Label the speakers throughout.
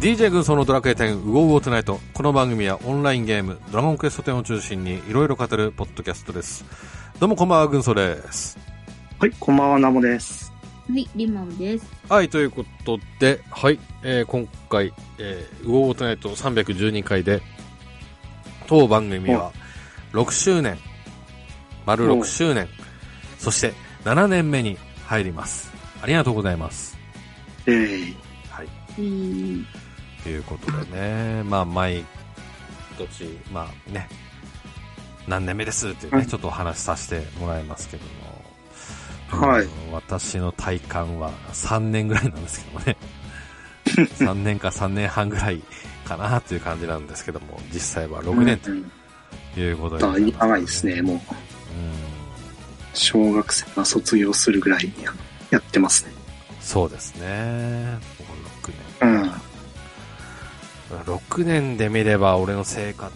Speaker 1: DJ 軍曹のドラクエ10ウゴウゴトゥナイトこの番組はオンラインゲームドラゴンクエスト10を中心にいろいろ語るポッドキャストですどうもこんばんは軍曹です
Speaker 2: はい、こんばんは、ナモです。
Speaker 3: はい、リモンです。
Speaker 1: はいということではい、えー今回、えー、ウゴウゴトゥナイト312回で当番組は6周年丸6周年そして7年目に入りますありがとうございます
Speaker 2: えー、
Speaker 1: はい
Speaker 3: えー、
Speaker 1: ということでね、まあ、毎年、まあね、何年目ですっていうね、
Speaker 2: はい
Speaker 1: ちょっとお話しさせてもらいますけども、
Speaker 2: はい
Speaker 1: うん私の体感は3年ぐらいなんですけども ね、3年か3年半ぐらいかなという感じなんですけども、実際は6年
Speaker 2: うん
Speaker 1: ということで、
Speaker 2: だいぶ長いですね、もう。小学生が卒業するぐらいにやってますね。
Speaker 1: うん。そうですね、もう6年。
Speaker 2: うん。
Speaker 1: 6年で見れば俺の生活、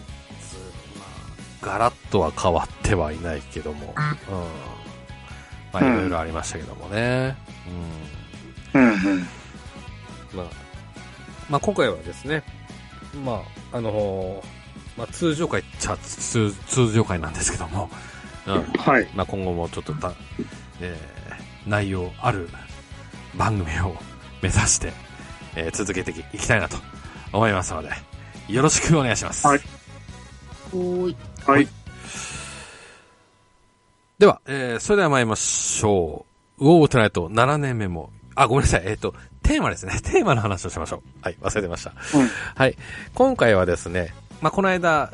Speaker 1: まあ、ガラッとは変わってはいないけども、うん。まあ、
Speaker 2: うん
Speaker 1: いろいろありましたけどもね。
Speaker 2: うん、うん。
Speaker 1: うん。まあ、まあ、今回はですね、まあ、あのーまあ、通常回っちゃ通、通常回なんですけども、うん。
Speaker 2: はい。
Speaker 1: まあ、今後もちょっとた、えー内容ある番組を目指して、えー続けていきたいなと思いますので、よろしくお願いします。
Speaker 2: はい
Speaker 3: おーい。
Speaker 2: はい。
Speaker 1: では、えーそれでは参りましょう。ウォートナイト7年目も、あ、ごめんなさい、えっ、と、テーマですね。 テーマの話をしましょう。はい、忘れてました。
Speaker 2: うん
Speaker 1: はい。今回はですね、まあ、この間、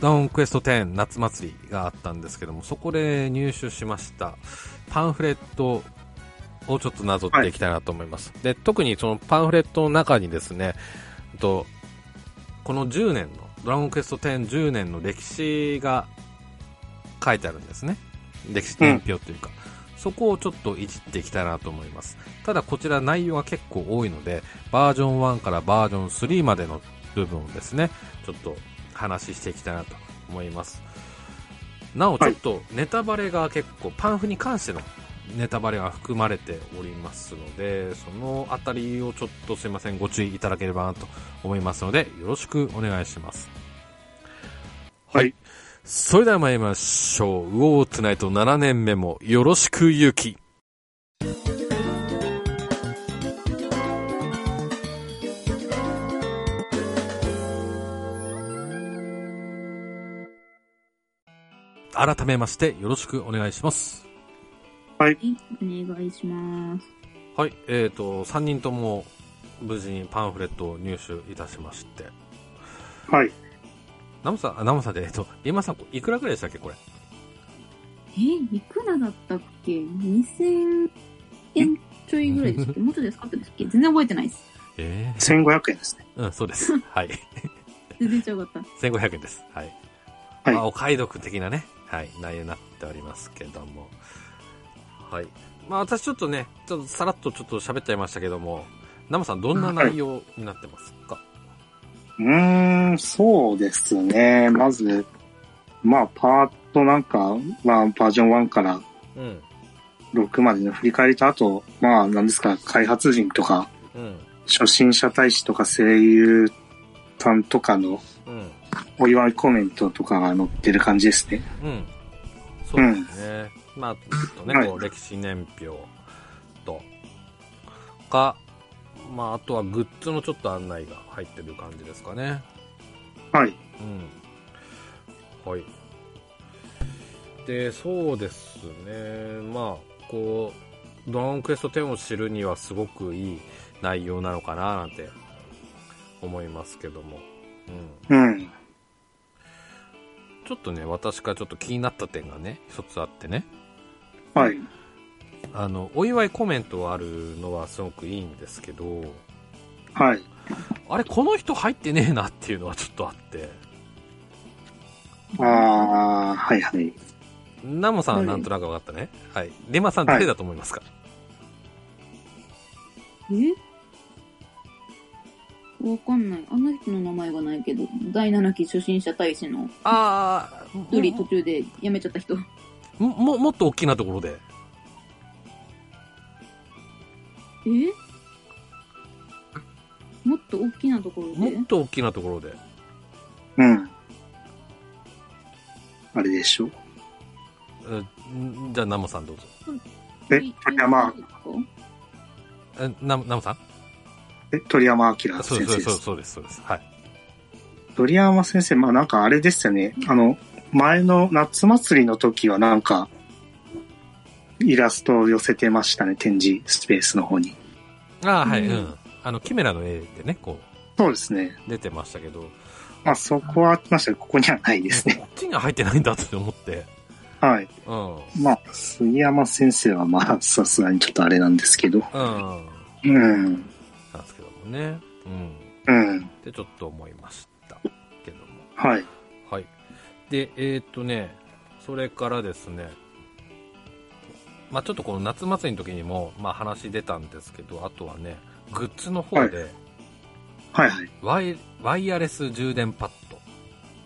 Speaker 1: ダウンクエスト10夏祭りがあったんですけども、そこで入手しましたパンフレットをちょっとなぞっていきたいなと思います。で、特にそのパンフレットの中にですね、えっとこの10年の、ドラゴンクエスト10、10年の歴史が書いてあるんですね。歴史年表というか、そこをちょっといじっていきたいなと思います。ただこちら内容が結構多いので、バージョン1からバージョン3までの部分をですね、ちょっと話していきたいなと思います。なお、ちょっとネタバレが結構、パンフに関してのネタバレが含まれておりますので、そのあたりをちょっとすいません、ご注意いただければなと思いますので、よろしくお願いします。
Speaker 2: はい。
Speaker 1: それでは参りましょう。ウォートゥナイト7年目もよろしくゆき。改めましてよろしくお願いします。
Speaker 3: はい、お願いします。
Speaker 1: はい、えーと、3人とも無事にパンフレットを入手いたしまして。
Speaker 2: はい。
Speaker 1: ナムさん、あナムさんで、えっと、今さん、いくらぐらいでしたっけ、これ。
Speaker 3: え、いくらだったっけ ?2000 円ちょいぐらいですっけもうちょっと安かったですっけ全然覚えてないです。
Speaker 1: え
Speaker 2: 1500円ですね。
Speaker 1: うん、そうです。はい。
Speaker 3: 全然違かっ
Speaker 1: 1500円です。はい。
Speaker 2: はい
Speaker 1: まあ、お買い得的なね、はい、内容になっておりますけども。はい。まあ、私ちょっとね、ちょっとさらっとちょっと喋っちゃいましたけども、ナムさん、どんな内容になってますか、
Speaker 2: うーん、そうですね。まず、まあ、パートなんかは、バージョン1から
Speaker 1: うん。
Speaker 2: 6までの振り返りと、あと、まあ、なんですか、開発人とか、
Speaker 1: うん。
Speaker 2: 初心者大使とか声優さんとかの
Speaker 1: うん。
Speaker 2: お祝いコメントとかが載ってる感じですね。
Speaker 1: うん。そうですね。まあ、ちょっとね、
Speaker 2: はい
Speaker 1: こう、歴史年表と、か、まあ、あとはグッズのちょっと案内が入ってる感じですかね。
Speaker 2: はい。
Speaker 1: うん。はい。で、そうですね。まあ、こう、ドラゴンクエスト10を知るにはすごくいい内容なのかななんて思いますけども。うん。
Speaker 2: うん。
Speaker 1: ちょっとね、私がちょっと気になった点がね、一つあってね。
Speaker 2: はい。
Speaker 1: あの、お祝いコメントあるのはすごくいいんですけど、
Speaker 2: はい。
Speaker 1: あれ、この人入ってねえなっていうのはちょっとあって。
Speaker 2: ああ、はいはい。
Speaker 1: ナモさんはなんとなく分かったね。はい。レマさん誰だと思いますか、
Speaker 3: た。えわかんない。あの人の名前がないけど、第7期初心者大使の
Speaker 1: ああ、
Speaker 3: 一人途中で辞めちゃった人。
Speaker 1: も、ももっと大きなところで。
Speaker 3: えもっと大きなところで
Speaker 1: もっと大きなところで。
Speaker 2: うん。あれでしょう。
Speaker 1: うんじゃあ、ナムさんどうぞ。
Speaker 2: え
Speaker 3: い
Speaker 2: 鳥山、
Speaker 1: えナムナムさん
Speaker 2: え、鳥山明
Speaker 1: あ
Speaker 2: 先
Speaker 1: そう
Speaker 2: 生
Speaker 1: で、
Speaker 2: です
Speaker 1: そうで
Speaker 2: す
Speaker 1: す、。そうです、そうです。はい。
Speaker 2: 鳥山先生、まあなんかあれですよね。あの、前の夏祭りの時はなんか、イラストを寄せてましたね、展示スペースの方に。
Speaker 1: あーはい、う、
Speaker 3: うんん
Speaker 1: あの、キメラの絵でね、こ
Speaker 2: そうですね。
Speaker 1: う、出てましたけど、
Speaker 2: まあそこはありましたけど、ここにはないですね。
Speaker 1: こっちには入ってないんだって思って。
Speaker 2: はい。
Speaker 1: うん。うん。
Speaker 2: まあ、杉山先生はまあ、さすがにちょっとあれなんですけど。
Speaker 1: な
Speaker 2: うん。
Speaker 1: んですけどもね。うん。
Speaker 2: うん。
Speaker 1: ってちょっと思いましたけども。
Speaker 2: はい。
Speaker 1: はい。で、えーっとね、それからですね、まあちょっとこの夏祭りの時にも、まあ話出たんですけど、あとはね、グッズの方で、
Speaker 2: はいはい。
Speaker 1: ワイワイヤレス充電パッ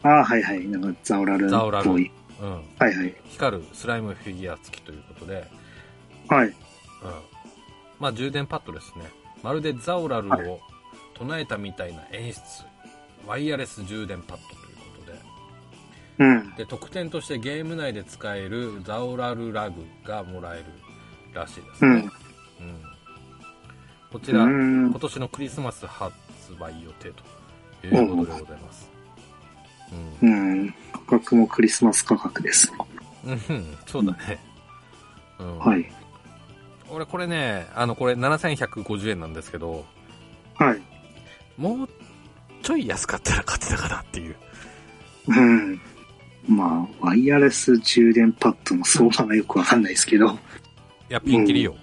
Speaker 2: ああ、はいはい。なんかザオラルっ
Speaker 1: ザオラル
Speaker 2: ぽい。
Speaker 1: ド、うん、
Speaker 2: はいはい。
Speaker 1: 光るスライムフィギュア付きということで、
Speaker 2: はい。
Speaker 1: うん、まあ充電パッドですね。まるでザオラルを唱えたみたいな演出、ワイヤレス充電パッドということで、
Speaker 2: うん。
Speaker 1: で特典としてゲーム内で使えるザオラルラグがもらえるらしいですね、うんこち
Speaker 2: う
Speaker 1: ら、
Speaker 2: ん
Speaker 1: 今。年のクリスマス発売予定ということでございます、う
Speaker 2: うんん。価格もクリスマス価格です。
Speaker 1: うん、 そうだね、うん
Speaker 2: はい。
Speaker 1: 俺これねあのこれ7150円なんですけど
Speaker 2: はい。
Speaker 1: もうちょい安かったら買ってたかなっていう
Speaker 2: うん。まあ、ワイヤレス充電パッドの相場がよくわかんないですけど。
Speaker 1: いやピンキリよ、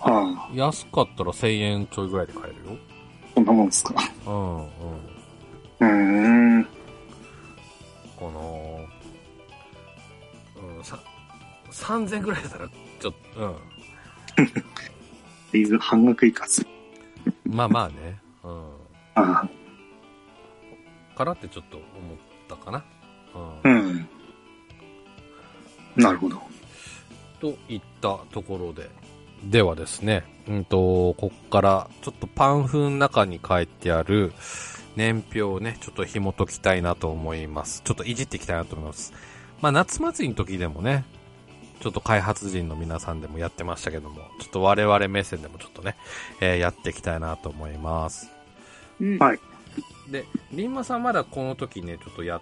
Speaker 2: ああ、
Speaker 1: 安かったら1000円ちょいぐらいで買えるよ
Speaker 2: こんなもんですか。
Speaker 1: うんうん
Speaker 2: うーん。
Speaker 1: この、うん、さ3000ぐらいだったら、ちょっと、う
Speaker 2: だいぶ半額以下っす。
Speaker 1: ん。まあまあね。うん。
Speaker 2: あ
Speaker 1: からってちょっと思ったかな。
Speaker 2: あ、う
Speaker 1: うん。
Speaker 2: ん。なるほど。
Speaker 1: といったところで。ではですね、うんと、こっから、ちょっとパンフの中に書いてある年表をね、ちょっと紐解きたいなと思います。ちょっといじっていきたいなと思います。まあ、夏祭りの時でもね、ちょっと開発人の皆さんでもやってましたけども、ちょっと我々目線でもちょっとね、えーやっていきたいなと思います。
Speaker 3: うん
Speaker 2: はい
Speaker 1: で、リンマさんまだこの時ね、ちょっとやっ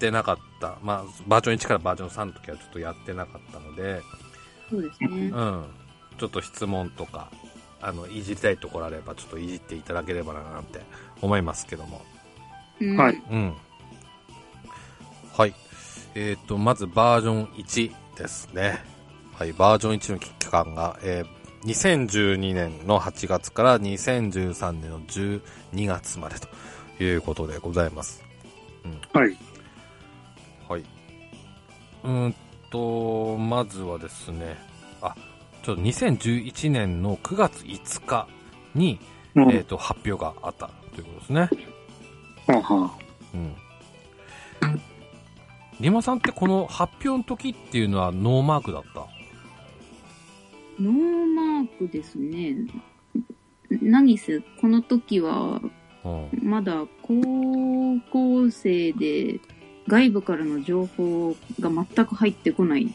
Speaker 1: てなかった。まあ、バージョン1からバージョン3の時はちょっとやってなかったので、
Speaker 3: そうですね
Speaker 1: う。ん。ちょっと質問とか、あの、いじりたいところあれば、ちょっといじっていただければななんて思いますけども。
Speaker 3: うん
Speaker 2: はい。
Speaker 1: うん。はい。えっ、と、まずバージョン1ですね。はい、バージョン1の期間が、えー2012年の8月から2013年の12月までということでございます。
Speaker 2: はい。
Speaker 1: はい。うーんと、まずはですね、あ、ちょっと2011年の9月5日に、
Speaker 2: うん。
Speaker 1: えっ、と、発表があったということですね。
Speaker 2: はあは
Speaker 1: うん。リマさんってこの発表の時っていうのはノーマークだった
Speaker 3: ノーマークですね。何せ、この時は、
Speaker 1: うん。
Speaker 3: まだ高校生で、外部からの情報が全く入ってこない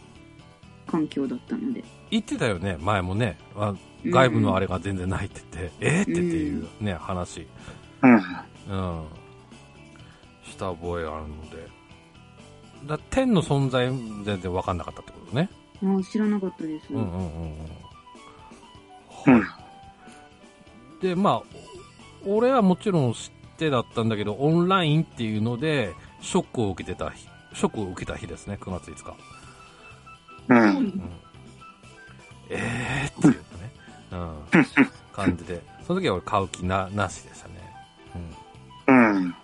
Speaker 3: 環境だったので。
Speaker 1: 言ってたよね、前もね。あ外部のあ
Speaker 3: れ、
Speaker 1: れが全然ないって言って、えー、ってっていうね、話。
Speaker 2: あ。うん。
Speaker 1: うん。した覚えがあるので。だ天の存在全然わかんなかったってことね。
Speaker 3: あ知らなかったです。
Speaker 1: うんうんうん
Speaker 2: う
Speaker 1: うんん。はい。で、まあ、お俺はもちろん知ってだったんだけど、オンラインっていうので、ショックを受けてた日、ショックを受けた日ですね、9月5日。
Speaker 2: うん。
Speaker 1: うん。えーっていうかね、うん、感じで。その時は俺買う気な、なしでしたね。うん。
Speaker 2: うん。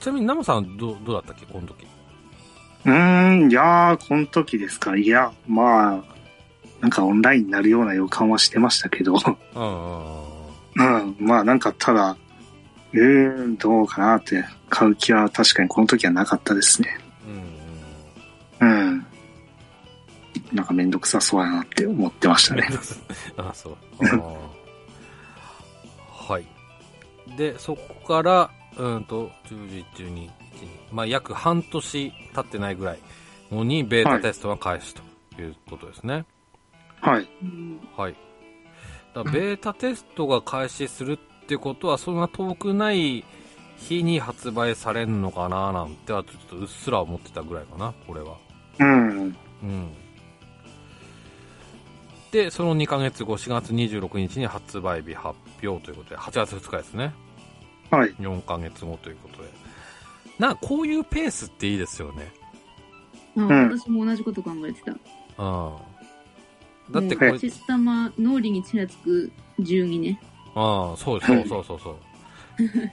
Speaker 1: ちなみに、ナムさんはどう、どうだったっけこの時。
Speaker 2: うーん。いやー、この時ですか。いや、まあ、なんかオンラインになるような予感はしてましたけど。
Speaker 1: うんうんうん。
Speaker 2: うん。まあ、なんかただ、うーん、どうかなって、買う気は確かにこの時はなかったですね。
Speaker 1: うんうん。
Speaker 2: うん。なんかめんどくさそうやなって思ってました
Speaker 1: めん
Speaker 2: ね。
Speaker 1: どくさい。あ、そう。あーはい。で、そこから、うんと、10時、12日、まあ、約半年経ってないぐらいのに、ベータテストが開始ということですね。
Speaker 2: はい。
Speaker 3: うん
Speaker 1: はい。だからベータテストが開始するってことは、そんな遠くない日に発売されるのかななんては、ちょっとうっすら思ってたぐらいかな、これは。
Speaker 2: うん。
Speaker 1: うん。で、その2ヶ月後、4月26日に発売日発表ということで、8月2日ですね。
Speaker 2: はい。
Speaker 1: 4ヶ月後ということで。なんかこういうペースっていいですよね。
Speaker 3: あ
Speaker 2: ん
Speaker 3: 私も同じこと考えてた。
Speaker 1: うん。だってこれ
Speaker 3: もう、チェス玉、脳裏にちらつく順位ね。
Speaker 1: ああ、そうそうそうそうそ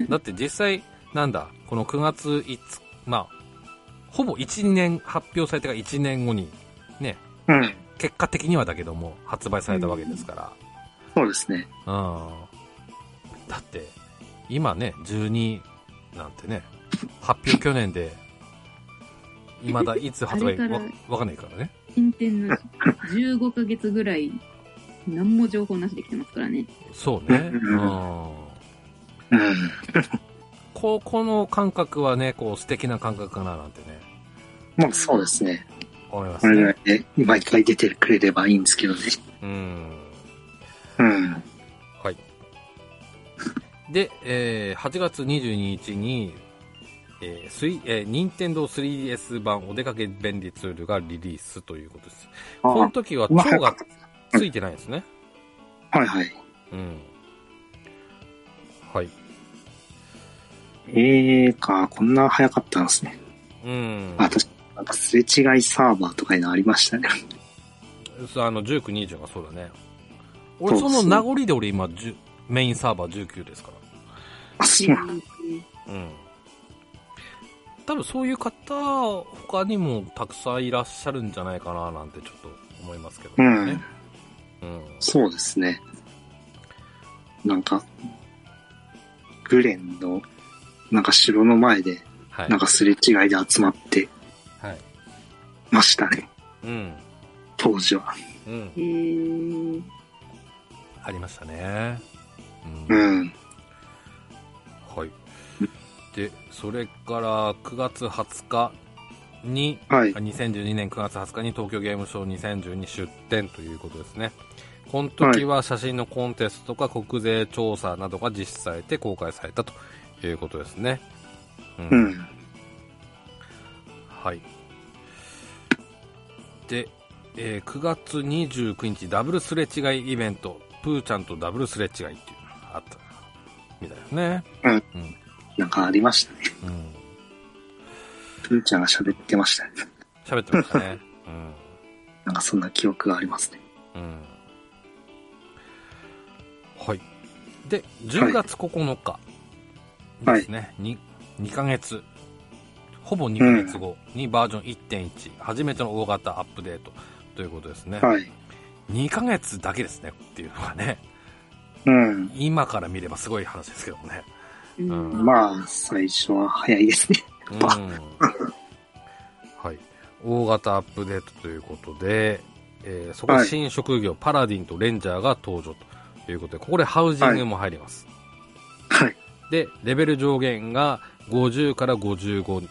Speaker 1: う。だって実際、なんだ、この9月5日、まあ、ほぼ1年、発表されてから1年後に、ね、
Speaker 2: うん。
Speaker 1: 結果的にはだけども、発売されたわけですか
Speaker 2: そうですね。
Speaker 1: ら。うん。だって、今ね、12なんてね、発表去年で、未だいつ発売
Speaker 3: あれから
Speaker 1: わわかんないからね。
Speaker 3: 進展 なし。15ヶ月ぐらい、何も情報なしで来てますからね。
Speaker 1: そうね。
Speaker 2: う
Speaker 1: うんん。
Speaker 2: うん。
Speaker 1: ここの感覚はね、こう素敵な感覚かななんてね、
Speaker 2: まあそうですね。
Speaker 1: 思いま
Speaker 2: こ
Speaker 1: す
Speaker 2: れぐ
Speaker 1: ね
Speaker 2: ら。いで、毎回出てくれればいいんですけどね。
Speaker 1: うん。
Speaker 2: うん。
Speaker 1: はい。で、えー8月22日に、えー、スイ、えー、任天堂 3DS 版お出かけ便利ツールがリリースということです。この
Speaker 2: あ
Speaker 1: 時は蝶がついてないですね。
Speaker 2: あ、はいはい。
Speaker 1: うん。はい。
Speaker 2: ええか、こんな早かったんですね。
Speaker 1: うん。
Speaker 2: あ、確かなんかすれ違いサーバーとかいうのありましたね。
Speaker 1: そうあの、19、20がそうだね。俺、
Speaker 2: そ
Speaker 1: そう
Speaker 2: ですね
Speaker 1: の名残で俺今、10メインサーバー19ですから。
Speaker 2: あ、 そうなん
Speaker 1: うん。多分そういう方、他にもたくさんいらっしゃるんじゃないかななんてちょっと思いますけどね。うん。
Speaker 2: そうですね。なんか、グレンの、なんか城の前で、
Speaker 1: はい
Speaker 2: なん。かすれ違いで集まって
Speaker 1: はい。
Speaker 2: ましたね。
Speaker 1: うん。
Speaker 2: 当時は。
Speaker 1: うん
Speaker 3: え。ー、
Speaker 1: ありましたね。う。
Speaker 2: うんん。
Speaker 1: はい。で、それから9月20日に、
Speaker 2: はい。
Speaker 1: 2012年9月20日に東京ゲームショウ2012出展ということですね。この時は写真のコンテストとか国税調査などが実施されて公開されたということですね。
Speaker 2: う
Speaker 1: うん、
Speaker 2: ん。
Speaker 1: はい。で、えー9月29日ダブルすれ違いイベント、プーちゃんとダブルすれ違いっていうのがあったみたいですね。
Speaker 2: うん
Speaker 1: うん。
Speaker 2: なんかありましたね。
Speaker 1: うん。
Speaker 2: ふーちゃんが喋ってましたね。
Speaker 1: 喋ってましたね。うん。
Speaker 2: なんかそんな記憶がありますね。
Speaker 1: うんはい。で、10月9日
Speaker 2: はい
Speaker 1: ですね。に 2, ヶ月、ほぼ2ヶ月後にバージョン1.1、初めての大型アップデートということですね。
Speaker 2: はい。
Speaker 1: 2ヶ月だけですねっていうのがね、
Speaker 2: うん。
Speaker 1: 今から見ればすごい話ですけどもね。
Speaker 3: うん
Speaker 1: うん
Speaker 2: まあ、最初は早いですね。
Speaker 1: うん。
Speaker 2: バ
Speaker 1: はい。大型アップデートということで、えーそこで新職業、パラディンとレンジャーが登場ということで、ここでハウジングも入ります。
Speaker 2: はい。
Speaker 1: で、レベル上限が50から55に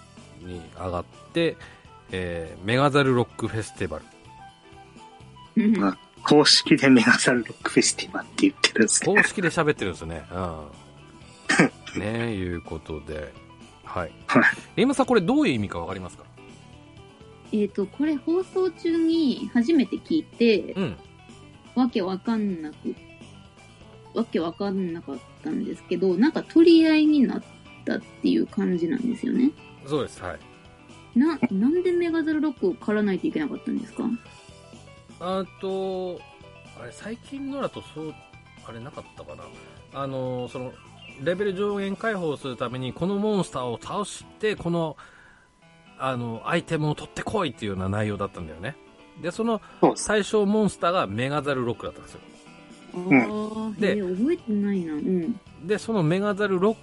Speaker 1: 上がって、えーメガザルロックフェスティバル。
Speaker 3: うん
Speaker 2: まあ公式でメガサルロックフェスティバルって言ってるんですけど。
Speaker 1: 公式で喋ってるんですよね。 うん。ねいうことで。はい。
Speaker 2: はい。
Speaker 1: レイムさん、これどういう意味かわかりますか
Speaker 3: えっ、と、これ放送中に初めて聞いて、
Speaker 1: うん。
Speaker 3: わけわかんなく、わけわかんなかったんですけど、なんか取り合いになったっていう感じなんですよね。
Speaker 1: そうです。はい。
Speaker 3: な、なんでメガザルロックを狩らないといけなかったんですか
Speaker 1: あと、あれ、最近のだとそう、あれなかったかな。あの、その、レベル上限解放するために、このモンスターを倒して、この、あの、アイテムを取ってこいっていうような内容だったんだよね。で、その
Speaker 2: そうです
Speaker 1: 最初モンスターがメガザルロックだったんですよ。
Speaker 3: ああ、
Speaker 2: ん
Speaker 1: で
Speaker 3: えー覚えてないな。うん。
Speaker 1: で、そのメガザルロッ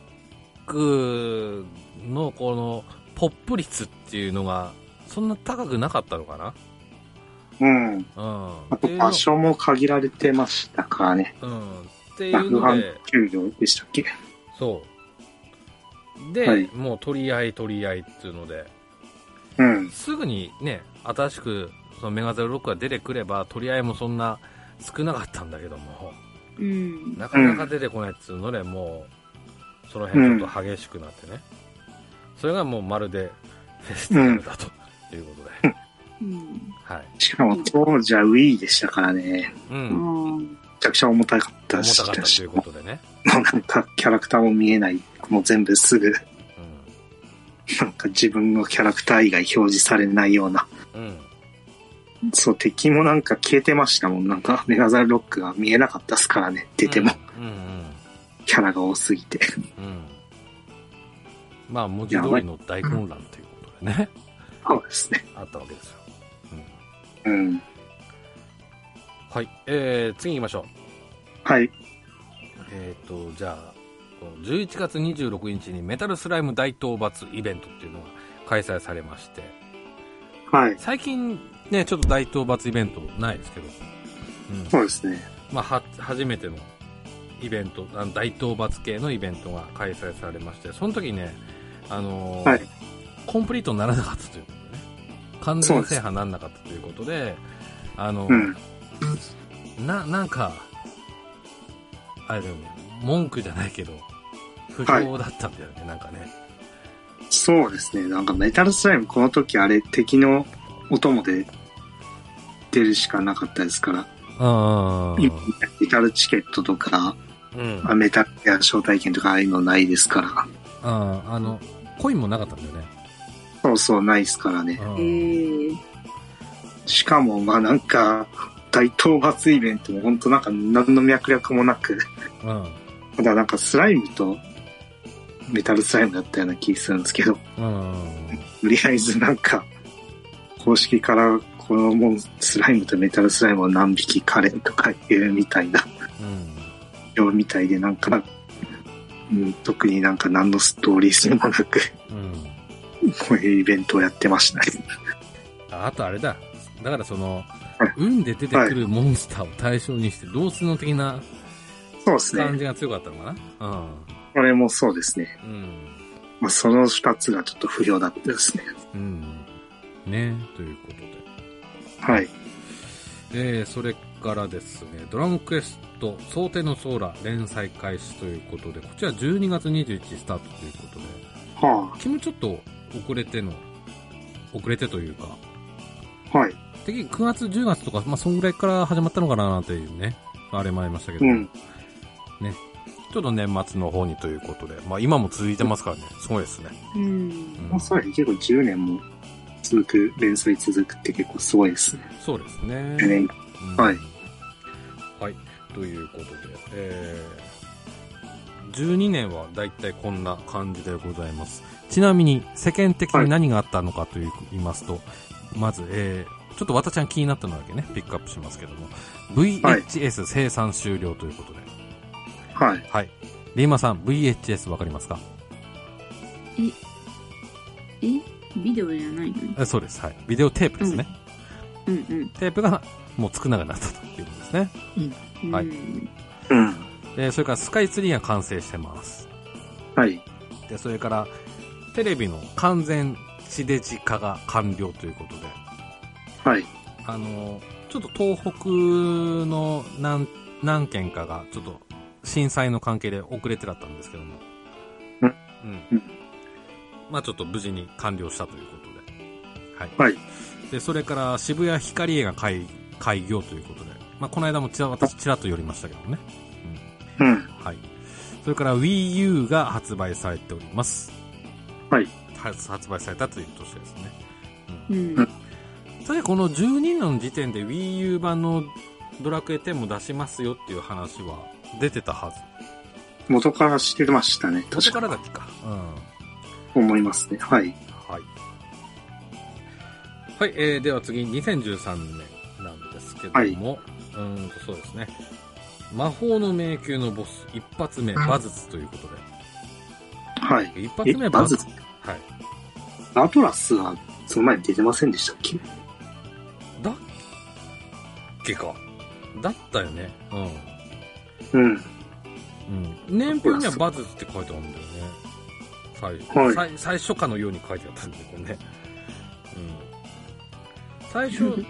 Speaker 1: クのこのポップ率っていうのが、そんな高くなかったのかな
Speaker 2: うん。
Speaker 1: うん。
Speaker 2: あ
Speaker 1: って
Speaker 2: と
Speaker 1: いうの
Speaker 2: 場所も限られてましたからね。
Speaker 1: うん。っってい
Speaker 2: あ、
Speaker 1: う
Speaker 2: 不
Speaker 1: の
Speaker 2: 半
Speaker 1: で、
Speaker 2: 休業でしたっけ
Speaker 1: そう。で、
Speaker 2: はい
Speaker 1: もう取り合い取り合いっていうので、
Speaker 2: うん。
Speaker 1: すぐにね、新しくそのメガゼロ6が出てくれば、取り合いもそんな少なかったんだけども、
Speaker 3: うん。
Speaker 1: なかなか出てこないっつうので、もう、その辺ちょっと激しくなってね。それがもうまるでフェスティバルだということで。
Speaker 3: うん。
Speaker 1: はい。
Speaker 2: しかも当時は Wii でしたからね。
Speaker 1: う
Speaker 3: あ
Speaker 1: ん。
Speaker 3: ー
Speaker 2: めちゃくちゃ重たかった
Speaker 1: 重
Speaker 2: し、
Speaker 1: たかったということでね。
Speaker 2: なんかキャラクターも見えない。もう全部すぐ、
Speaker 1: う
Speaker 2: なんか自分のキャラクター以外表示されないような。
Speaker 1: ん。うん。
Speaker 2: そう、敵もなんか消えてましたもん。なんかメガザルロックが見えなかったっすからね。出ても、
Speaker 1: うん。うん
Speaker 2: キャラが多すぎて。
Speaker 1: うん。うん。まあ、文字通りの大混乱ということでね。
Speaker 2: そうですね。
Speaker 1: あったわけですよ。うん。
Speaker 2: うん。
Speaker 1: はい。えー、次行きましょう。
Speaker 2: はい。
Speaker 1: えっ、と、じゃあ、11月26日にメタルスライム大討伐イベントっていうのが開催されまして、
Speaker 2: はい。
Speaker 1: 最近ね、ちょっと大討伐イベントないですけど、うん。
Speaker 2: そうですね。
Speaker 1: まあ、は、初めてのイベント、あの大討伐系のイベントが開催されまして、その時ね、あのー
Speaker 2: はい
Speaker 1: コンプリートにならなかったということでね、完全制覇にならなかったということで、あのー
Speaker 2: うん。
Speaker 1: な、なんか、あれだよね、文句じゃないけど、不
Speaker 2: はい
Speaker 1: 評だったんだよね、なんかね。
Speaker 2: そうですね。なんかメタルスライムこの時あれ敵のお供で出るしかなかったですから。
Speaker 1: あ
Speaker 2: 今メタルチケットとか、
Speaker 1: うん。
Speaker 2: まあメタルや招待券とかああいうのないですから。
Speaker 1: ああの、コインもなかったんだよね。
Speaker 2: そうそう、ないですからね。
Speaker 1: うん
Speaker 3: えー、
Speaker 2: しかも、まあなんか、大討伐イベントも本当なんか何の脈略もなく、
Speaker 1: うん。
Speaker 2: ただなんかスライムとメタルスライムだったような気するんですけど、
Speaker 1: うん。
Speaker 2: とりあえずなんか、公式からこのもんスライムとメタルスライムを何匹カレーとかいうみたいな、
Speaker 1: うん。
Speaker 2: ようみたいでなんか、うん、特になんか何のストーリー性もなく、
Speaker 1: うん。
Speaker 2: こういうイベントをやってましたね。
Speaker 1: あとあれだ。だからその
Speaker 2: はい、
Speaker 1: 運で出てくるモンスターを対象にして、同数の的な
Speaker 2: そうです
Speaker 1: 感
Speaker 2: ね。
Speaker 1: じが強かったのかな。
Speaker 2: これもそうですね。
Speaker 1: うん。うん。
Speaker 2: まあ、その二つがちょっと不良だったですね。
Speaker 1: うん。ね、ということで。
Speaker 2: はい。
Speaker 1: えーそれからですね、ドラゴンクエスト、想定のソーラ連載開始ということで、こちら12月21日スタートということで、
Speaker 2: は
Speaker 1: 君もちょっと遅れての、遅れてというか、
Speaker 2: あ、はい。
Speaker 1: 的に9月、10月とか、まあ、そんぐらいから始まったのかなというね、あれもありましたけど、
Speaker 2: うん。
Speaker 1: ちょっと年末の方にということで、まあ、今も続いてますからね、すごいですね。
Speaker 3: うん。
Speaker 1: うん
Speaker 2: そうですね。結構10年も続く、連載続くって結構すごいですね。
Speaker 1: そうですね。
Speaker 2: 10年。
Speaker 1: うん
Speaker 2: はい。
Speaker 1: はい。ということで、えー、12年はだいたいこんな感じでございます。ちなみに、世間的に何があったのかという、言いますと、まず、えー、ちょっと私が気になったのだけね、ピックアップしますけども、VHS 生産終了ということで、はい。
Speaker 2: はい。
Speaker 1: リーマさん、VHS わかりますか
Speaker 3: えビデオじゃないの
Speaker 1: えそうです。はい。ビデオテープですね。
Speaker 3: うんうん
Speaker 1: テープが、もう少なくなったということですね。
Speaker 3: うん。
Speaker 1: はい
Speaker 2: うん。
Speaker 1: えー、それからスカイツリーが完成してます。
Speaker 2: はい。
Speaker 1: で、それから、テレビの完全地デジ化が完了ということで、
Speaker 2: はい。
Speaker 1: あの、ちょっと東北の何、何県かが、ちょっと震災の関係で遅れてだったんですけども、
Speaker 2: うん
Speaker 1: うん。まあちょっと無事に完了したということで、はい。
Speaker 2: はい。
Speaker 1: で、それから渋谷光映画開開業ということで、まあこの間もちら、私ちらっと寄りましたけどね、
Speaker 2: うん。
Speaker 1: はい。それから Wii U が発売されております。
Speaker 2: はい。
Speaker 1: 発発売されたという年ですね。
Speaker 3: う
Speaker 1: うん
Speaker 3: ん。
Speaker 1: それでこの12の時点で Wii U 版のドラクエ10も出しますよっていう話は出てたはず。
Speaker 2: 元から知ってましたね。
Speaker 1: そこから
Speaker 2: だ
Speaker 1: だっけか。うん。
Speaker 2: 思いますね。はい。
Speaker 1: はい。はい、えー、では次、2013年なんですけども、うーんとそうですね。魔法の迷宮のボス、一発目、バズツということ
Speaker 2: はい。
Speaker 1: で。一発
Speaker 2: え
Speaker 1: 目、、
Speaker 2: ま
Speaker 1: バズツ、。
Speaker 2: ず
Speaker 1: はい。
Speaker 2: アトラスは、その前に出てませんでしたっけ
Speaker 1: だっけか。だったよね。うん。
Speaker 2: うん。
Speaker 1: うん。年表にはバズって書いてあるんだよね。最、
Speaker 2: はい
Speaker 1: 最最初かのように書いてあったんだよ、これね。うん。最初、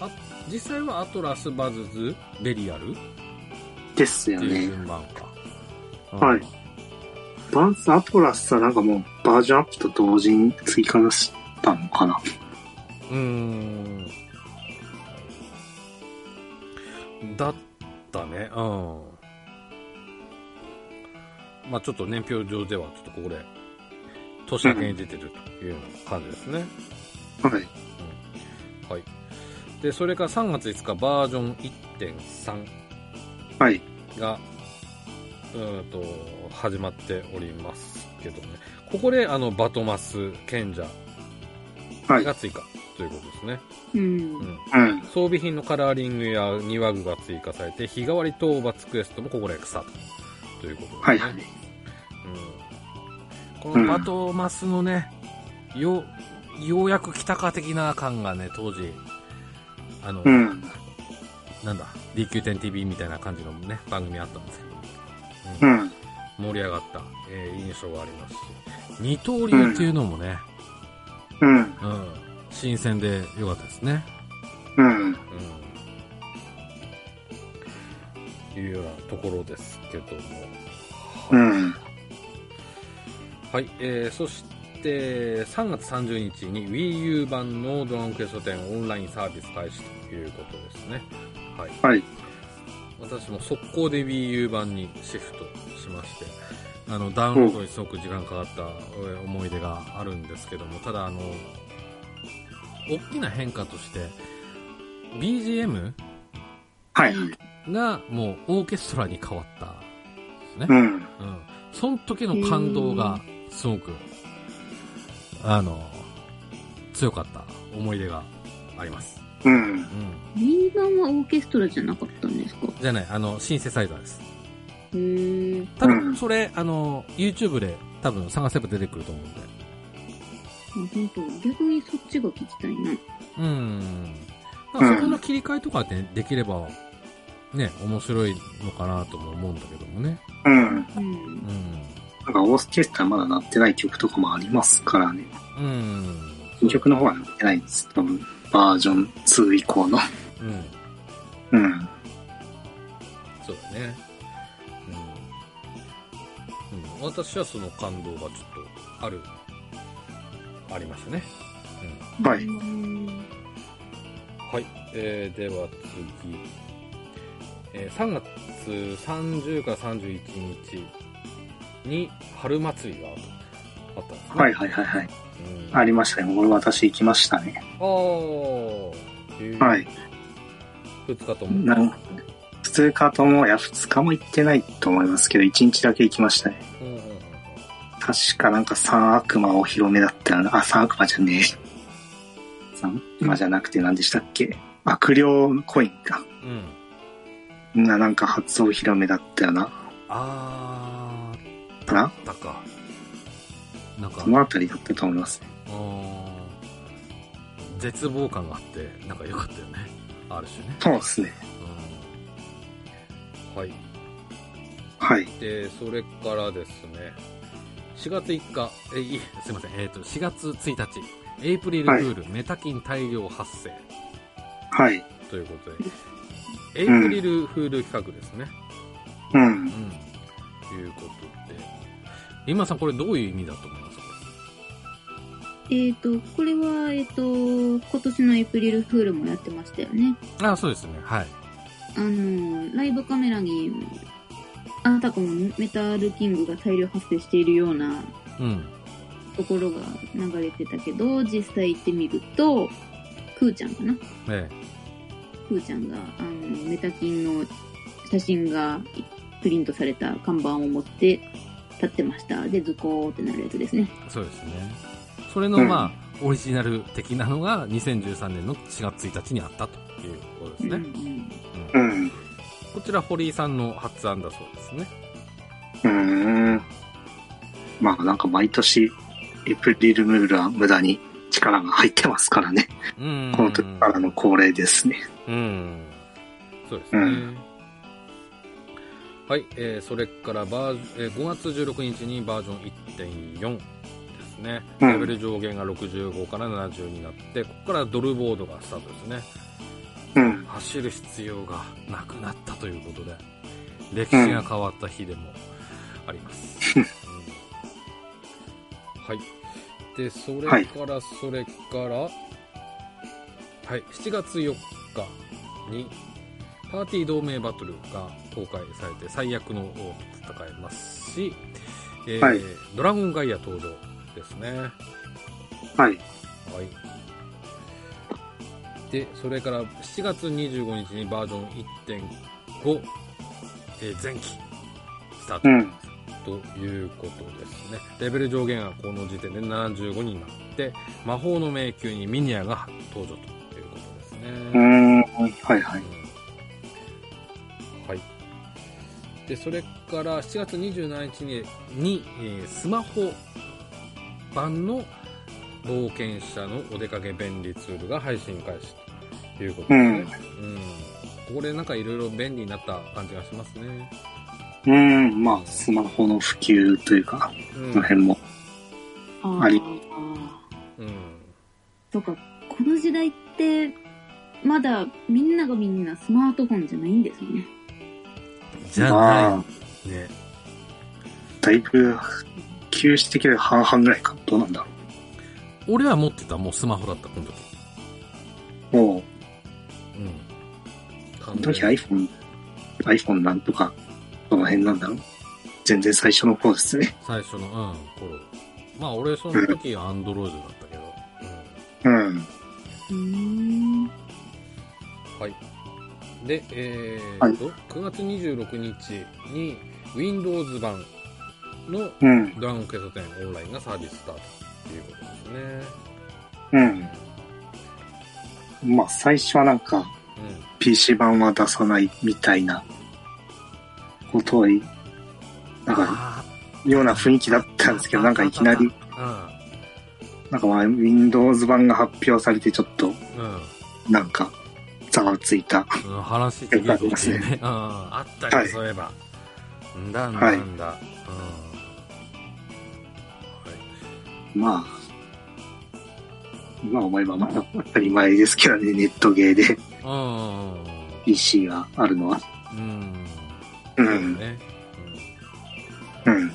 Speaker 1: あ実際はアトラス、バズズ、ベリアルっ
Speaker 2: ですよ
Speaker 1: ていう
Speaker 2: ね。
Speaker 1: 順番か。
Speaker 2: はいバンスアトラスはなんかもうバージョンアップと同時に追加したのかな。
Speaker 1: うーん。だったね。うん。まあちょっと年表上では、ちょっとここで、年明けに出てるというような感じですね。
Speaker 2: はい。
Speaker 1: はい。で、それから3月5日バージョン1.3
Speaker 2: はい。
Speaker 1: が、うーんと、始まっておりますけどね。ここで、あの、バトマス賢者
Speaker 2: はい。
Speaker 1: が追加ということですね。
Speaker 3: うん
Speaker 1: う。ん。
Speaker 2: うん。
Speaker 1: 装備品のカラーリングや庭具が追加されて、日替わり討伐クエストもここでスタートということ
Speaker 2: はい。
Speaker 1: ですね。うん、このバトマスのね、よ、ようやく北か的な感がね、当時、あの、
Speaker 2: うん。
Speaker 1: なんだ、DQ10TV みたいな感じのね、番組あったんですけど、
Speaker 2: う
Speaker 1: うん
Speaker 2: ん。
Speaker 1: 盛り上がった、えー印象がありますし、二刀流っていうのもね、
Speaker 2: うん。
Speaker 1: うん、新鮮で良かったですね。
Speaker 2: うん。
Speaker 1: うんいうようなところですけど
Speaker 2: う
Speaker 1: も。はい、
Speaker 2: ん。
Speaker 1: はいえーそして3月30日に Wii U 版のドラゴンクエスト10オンラインサービス開始ということですね。はい。
Speaker 2: はい。
Speaker 1: 私も速攻で Wii U 版にシフトしまして、あの、ダウンロードにすごく時間かかったえー思い出があるんですけども、ただあの、大きな変化として、BGM
Speaker 2: はい。
Speaker 1: がもうオーケストラに変わったんです
Speaker 2: う
Speaker 1: ね。
Speaker 2: ん。
Speaker 1: うん。その時の感動がすごく、あの、強かった思い出があります。
Speaker 2: うん。
Speaker 1: うん。
Speaker 3: B 版はオーケストラじゃなかったんですか
Speaker 1: じゃない、あの、シンセサイザーです。
Speaker 3: へえ。
Speaker 1: 多
Speaker 2: うん
Speaker 1: 分、それ、あの、YouTube で多分探せば出てくると思うんで。
Speaker 3: あ、本当逆にそっちが聞きたいな。
Speaker 1: うん。だからそこの切り替えとかってできれば、ね、面白いのかなとも思うんだけどもね。
Speaker 2: うん。
Speaker 3: うん。
Speaker 1: うん。
Speaker 2: なんかオースケストラまだ鳴ってない曲とかもありますからね。
Speaker 1: うん。
Speaker 2: 新曲の方は鳴ってないんです。多分バージョン2以降の。
Speaker 1: うん。
Speaker 2: うん。
Speaker 1: そうだね。うん。うん、私はその感動がちょっとある、ありましたね。
Speaker 2: はい
Speaker 3: うん
Speaker 1: はい。えー、では次。えー3月30から31日に春祭りがあったんですね。
Speaker 2: はいはいはいはい。
Speaker 1: うん、
Speaker 2: ありましたね。これ私行きましたね。
Speaker 1: あー。。
Speaker 2: はいい。
Speaker 1: 2日とも。
Speaker 2: なん普通かとも、いや、2日も行ってないと思いますけど、1日だけ行きましたね。
Speaker 1: うんうんうんうん。
Speaker 2: 確かなんか三悪魔お披露目だったよな。あ、三悪魔じゃねえ。三悪魔じゃなくて何でしたっけ悪霊コインか。
Speaker 1: うん。
Speaker 2: な、なんか初お披露目だったよな。
Speaker 1: あ
Speaker 2: かな
Speaker 1: ー、だか。なんか
Speaker 2: こ。のあたりだったと思いますね。
Speaker 1: あー絶望感があってなんか良かったよねある種ね、
Speaker 2: そうですね。
Speaker 1: うん、はい
Speaker 2: はい。
Speaker 1: でそれからですね4月1日えいすいませんえっ、と4月1日エイプリルフール、メタキン大量発生
Speaker 2: はい。
Speaker 1: ということでエイプリルフール企画ですね
Speaker 2: う。
Speaker 1: うんん、ということで今さんこれどういう意味だと思いますか
Speaker 3: えっ、と、これは、えっ、と、今年のエイプリルフールもやってましたよね。
Speaker 1: あそうですねはい
Speaker 3: あの、ライブカメラに、あたかもメタルキングが大量発生しているような
Speaker 1: うん
Speaker 3: ところが流れてたけど、実際行ってみると、クーちゃんかな
Speaker 1: え
Speaker 3: クーちゃんが、あの、メタキンの写真がプリントされた看板を持って立ってました。で、ズコーってなるやつですね。
Speaker 1: えそうですねそれの、
Speaker 2: うん
Speaker 1: まあオリジナル的なのが2013年の4月1日にあったということですね、
Speaker 3: うんうん
Speaker 1: う
Speaker 2: うんん。
Speaker 1: こちら堀井さんの発案だそうですね
Speaker 2: うーん。まあなんか毎年、エイプリルムールは無駄に力が入ってますからね。
Speaker 1: うん
Speaker 2: この時からの恒例ですね。
Speaker 1: うんそうですね、
Speaker 2: うん
Speaker 1: はい、えーそれからバージョン、えー5月16日にバージョン1.4ですね。
Speaker 2: うん
Speaker 1: レベル上限が65から70になって、ここからドルボードがスタートですね。
Speaker 2: うん。
Speaker 1: 走る必要がなくなったということで、歴史が変わった日でもあります。うんはい。で、それから、それから、はい、7月4日に、パーティー同盟バトルが公開されて、最悪の王と戦えますし、えー
Speaker 2: はい
Speaker 1: ドラゴンガイア登場ですね。
Speaker 2: は
Speaker 1: は
Speaker 2: い。
Speaker 1: い。で、それから7月25日にバージョン1.5、えー前期スタ
Speaker 2: う
Speaker 1: ー
Speaker 2: ん。
Speaker 1: トということですね。レベル上限がこの時点で75になって、魔法の迷宮にミニアが登場ということですね。
Speaker 2: うーん。はいはい。
Speaker 1: うんはい。で、それから7月27日にに、えースマホ版の冒険者のお出かけ便利ツールが配信開始ということですね。うん。これなんかいろいろ便利になった感じがしますね。
Speaker 2: うーん。まあ、スマホの普及というか、
Speaker 1: うん
Speaker 2: その辺も。
Speaker 3: あ
Speaker 2: あり
Speaker 3: ー
Speaker 1: うん。
Speaker 3: とか、この時代って、まだみんながみんなスマートフォンじゃないんですよね。
Speaker 1: じゃ
Speaker 2: ま
Speaker 1: な
Speaker 2: あ、
Speaker 1: いね。
Speaker 2: だいぶ、普及してきて半々ぐらいか。どうなんだろ
Speaker 1: 俺は持ってた、もうスマホだった、この時。
Speaker 2: う。も
Speaker 1: う
Speaker 2: う、
Speaker 1: ん。完
Speaker 2: この時
Speaker 1: 全に
Speaker 2: iPhone、iPhone なんとか、どの辺なんだろう。全然最初の方ですね。
Speaker 1: 最初の、うん、頃。まあ、俺、その時はアンドロイドだったけど。
Speaker 2: うん。
Speaker 3: うーん。
Speaker 1: うん。はい。で、え
Speaker 2: は
Speaker 1: ー
Speaker 2: い
Speaker 1: と、9月26日に、Windows 版の
Speaker 2: うん。
Speaker 1: ドラゴンクエスト10オンラインがサービススタートということですね。
Speaker 2: うん。まあ、最初はなんか、
Speaker 1: う
Speaker 2: PC 版は出さないみたいなことをい、な
Speaker 1: ん。
Speaker 2: んか、ような雰囲気だったんですけど、なんかいきな
Speaker 1: う
Speaker 2: り
Speaker 1: ん。、う
Speaker 2: なんかまあ Windows 版が発表されてちょっと、なんか、ざわついた。
Speaker 1: ん。うん、話的にです
Speaker 2: よくあります
Speaker 1: ね。うん。あったよ、
Speaker 2: はい
Speaker 1: そういえば。んだんだ
Speaker 2: はい
Speaker 1: んだ。うん。はい。
Speaker 2: まあ、今思えばまだ当たり前ですけどね、ネットゲーで
Speaker 1: うん。
Speaker 2: PC があるのは。
Speaker 1: うん。
Speaker 2: う、
Speaker 1: そうんね。
Speaker 2: うん、
Speaker 1: うん。は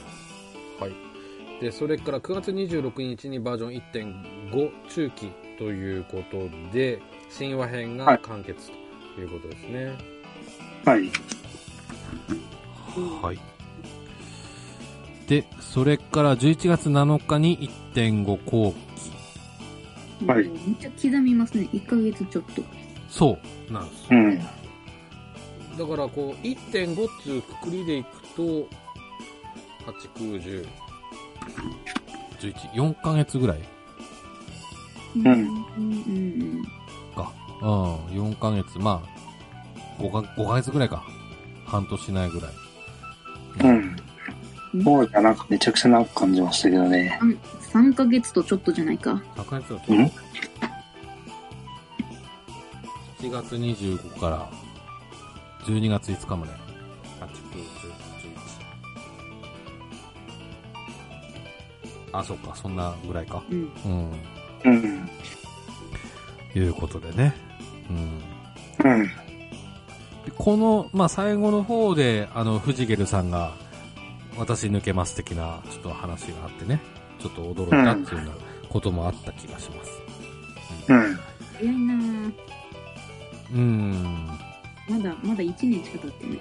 Speaker 1: い。で、それから9月26日にバージョン1.5中期ということで、神話編が完結ということですね。
Speaker 2: はい。
Speaker 1: はい。で、それから11月7日に1.5後期。
Speaker 2: はい
Speaker 3: めっちゃ刻みますね。1ヶ月ちょっと。
Speaker 1: そう。なんですよ
Speaker 2: う
Speaker 1: だ
Speaker 2: ん、
Speaker 1: からこう1.5っていうくくりでいくと8910114ヶ月ぐらい
Speaker 3: うん
Speaker 2: ん
Speaker 3: うん
Speaker 1: かうん4ヶ月まあ5か5ヶ月ぐらいか半年ないぐらい
Speaker 2: うん。もうじゃなんかめちゃくちゃ長く感じましたけどね。
Speaker 3: うん。3ヶ月とちょっとじゃないか。
Speaker 1: 3ヶ月だと
Speaker 2: うん
Speaker 1: 7月25から12月5日まで8 9 10 11あそっかそんなぐらいか
Speaker 3: うん。
Speaker 1: うん
Speaker 2: うん、
Speaker 1: いうことでね。うん。
Speaker 2: うん、
Speaker 1: でこの、まあ、最後の方で、あの、藤ゲルさんが、私抜けます的な、ちょっと話があってね、ちょっと驚いたっていうようなこともあった気がします。
Speaker 2: うん。
Speaker 3: 早いなぁ
Speaker 1: うん。
Speaker 3: まだ、まだ1年しか経ってない。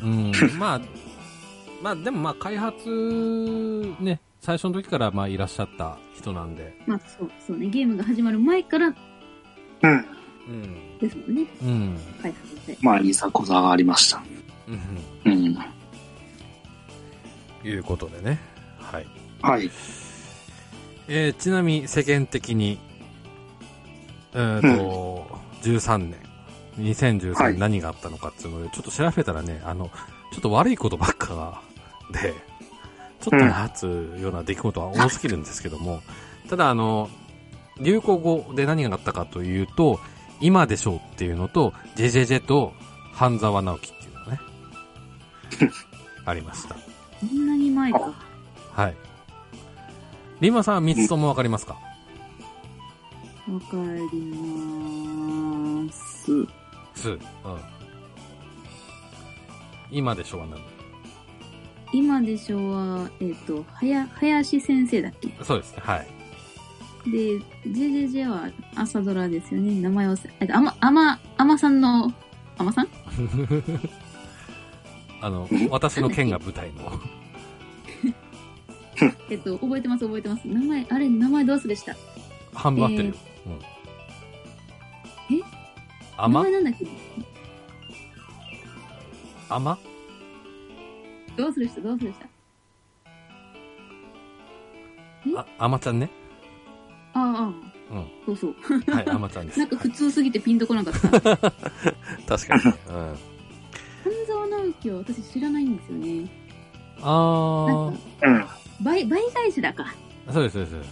Speaker 1: うん。まあ、まあ、でもまあ、開発、ね、最初の時から、まあ、いらっしゃった人なんで。
Speaker 3: まあ、そう、そうね。ゲームが始まる前から
Speaker 2: うん。
Speaker 1: うん。
Speaker 3: ですもんね。
Speaker 1: うん。
Speaker 3: 開発って。
Speaker 2: まあ、いざこざがありました。
Speaker 1: うん。
Speaker 2: うん。
Speaker 1: いうことでね。はい。
Speaker 2: はい。
Speaker 1: えーちなみに世間的に、えーと、13年、2013
Speaker 2: は
Speaker 1: 年
Speaker 2: い
Speaker 1: 何があったのかっていうので、ちょっと調べたらね、あの、ちょっと悪いことばっかで、ちょっとな、つような出来事は多すぎるんですけども、ただあの、流行語で何があったかというと、 今でしょうっていうのと、ジェジェジェと半沢直樹っていうのね。ありました。
Speaker 3: そんなに前か。
Speaker 1: はい。リンマさん、三つともわかりますか
Speaker 3: わかりまーす。
Speaker 1: つうん。今でしょは何
Speaker 3: 今でしょは、えっ、と、はや、林先生だっけ
Speaker 1: そうですね。はい。
Speaker 3: で、JJJ は朝ドラですよね。名前忘れ、えっと、あま、あま、あまさんの、あまさん
Speaker 1: あ の、私の剣が舞台の。
Speaker 3: えっと、覚えてます覚えてます。名前、あれ、名前どうすでした
Speaker 1: 半分合ってるよ。うん。
Speaker 3: え
Speaker 1: あま
Speaker 3: 名前なんだっけ
Speaker 1: あま
Speaker 3: どうする人どうする人
Speaker 1: あ、あまち ゃんね。
Speaker 3: ああ、
Speaker 1: うん
Speaker 3: そうそう。
Speaker 1: はい、あまちゃんです。
Speaker 3: なんか
Speaker 1: は
Speaker 3: 普
Speaker 1: い
Speaker 3: 通すぎてピンとこなかった。半
Speaker 1: 確かにね。うん。
Speaker 3: 沢直樹は私知らないんですよね。な
Speaker 1: あ
Speaker 3: んか、
Speaker 2: うん。
Speaker 3: 倍、倍返しだか。
Speaker 1: ー、そうです、そうです。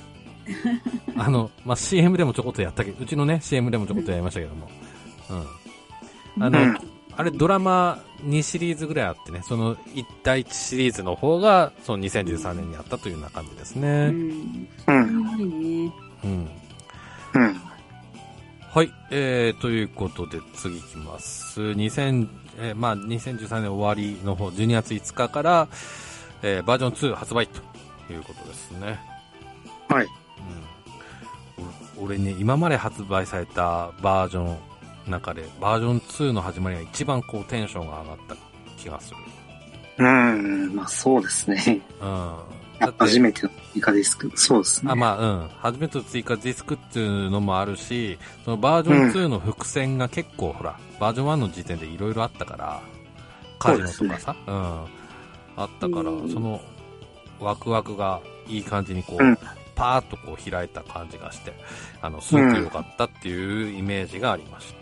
Speaker 1: あの、まあ、CM でもちょこっとやったけど、うちのね、CM でもちょこっとやりましたけども。うん。あの
Speaker 2: うん
Speaker 1: あれドラマ2シリーズぐらいあってね、その1対1シリーズの方が、その2013年にあったというような感じです
Speaker 3: う
Speaker 1: ね。
Speaker 3: ん。
Speaker 2: う
Speaker 3: す
Speaker 2: ん。
Speaker 3: ごいね。
Speaker 1: うん。
Speaker 2: うん。
Speaker 1: はい。えー、ということで次いきます。2000、えーまあ2013年終わりの方、12月5日から、えーバージョン2発売ということですね。
Speaker 2: はい。
Speaker 1: うん、お俺ね、今まで発売されたバージョンの中で、バージョン2の始まりが一番こうテンションが上がった気がする。
Speaker 2: うん。まあそうですね。
Speaker 1: うん。だって
Speaker 2: 初めてのイカディスク。そうですね。
Speaker 1: あ、まあ、うん。初めての追加ディスクっていうのもあるし、そのバージョン2の伏線が結構、ほら、バージョン1の時点でいろいろあったから、カジノ
Speaker 2: そ
Speaker 1: と
Speaker 2: う
Speaker 1: か
Speaker 2: です
Speaker 1: さ、うん。あったから、
Speaker 3: うん
Speaker 1: その、ワクワクがいい感じにこう、
Speaker 2: うん
Speaker 1: パーッとこう開いた感じがして、あの、すごく良かったっていうイメージがありました。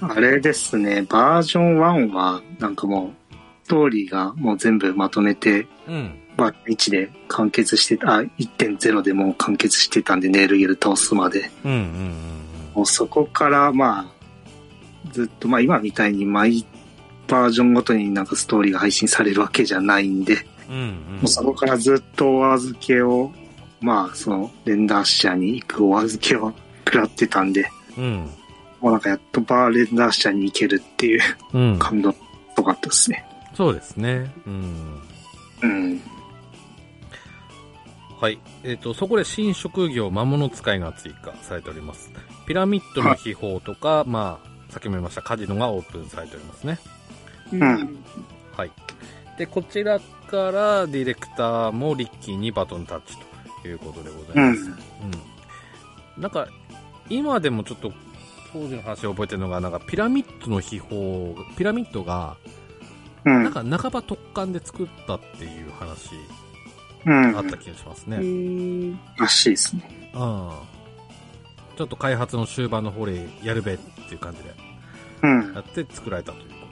Speaker 2: あれですね。バージョン1は、なんかもう、ストーリーがもう全部まとめて、
Speaker 1: うん。
Speaker 2: バージョン1で完結してた、あ、1.0でもう完結してたんで、ネイルゲル倒すまで。
Speaker 1: うんうん
Speaker 2: もうそこから、まあ、ずっと、まあ今みたいに毎バージョンごとになんかストーリーが配信されるわけじゃないんで、
Speaker 1: うんうん。うんうん。
Speaker 2: もうそこからずっとお預けを、まあその、レンダー社に行くお預けを食らってたんで、
Speaker 1: うん。
Speaker 2: もうなんかやっとバーレンダー社に行けるっていう
Speaker 1: うん。
Speaker 2: 感動とかったですね。
Speaker 1: そうですね。うん。
Speaker 2: うん。
Speaker 1: はい。えっ、と、そこで新職業魔物使いが追加されております。ピラミッドの秘宝とか、まあ、さっきも言いましたカジノがオープンされておりますね。
Speaker 3: う
Speaker 2: うん。
Speaker 1: はい。で、こちらからディレクターもリッキーにバトンタッチということでございます。うん。なんか、今でもちょっと、当時の話を覚えてるのが、なんかピラミッドの秘宝、ピラミッドが、
Speaker 2: う
Speaker 1: なん
Speaker 2: ん。
Speaker 1: か半ば突貫で作ったっていう話
Speaker 2: うん。
Speaker 1: あった気がしますね。
Speaker 3: へー
Speaker 2: らしいですね。
Speaker 1: ああちょっと開発の終盤の方でやるべっていう感じで
Speaker 2: うん
Speaker 1: や。って作られたということで。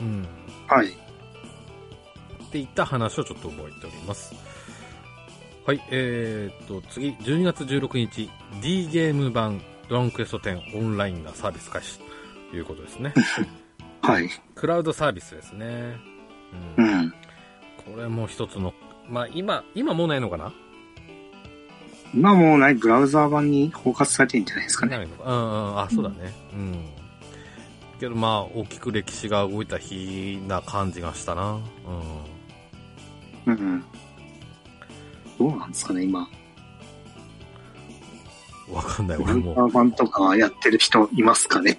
Speaker 1: うん。
Speaker 2: はい。
Speaker 1: っていった話をちょっと覚えております。はい、えー、っと、次、12月16日、D ゲーム版ドランクエスト10オンラインがサービス開始ということですね。
Speaker 2: はい。
Speaker 1: クラウドサービスですね。う。
Speaker 2: うんん。
Speaker 1: これも一つの、まあ今、今もうないのかな
Speaker 2: 今もうないブラウザー版に包括されてるんじゃないですかね。
Speaker 1: ないのか。うんうん、あ、そうだね。うん。けどまあ、大きく歴史が動いた日な感じがしたな。う
Speaker 2: うん。どうなんですかね、今。
Speaker 1: ん。わかんない、
Speaker 2: ブ
Speaker 1: 俺
Speaker 2: ラウザ
Speaker 1: も。
Speaker 2: ー版とかはやってる人いますかね。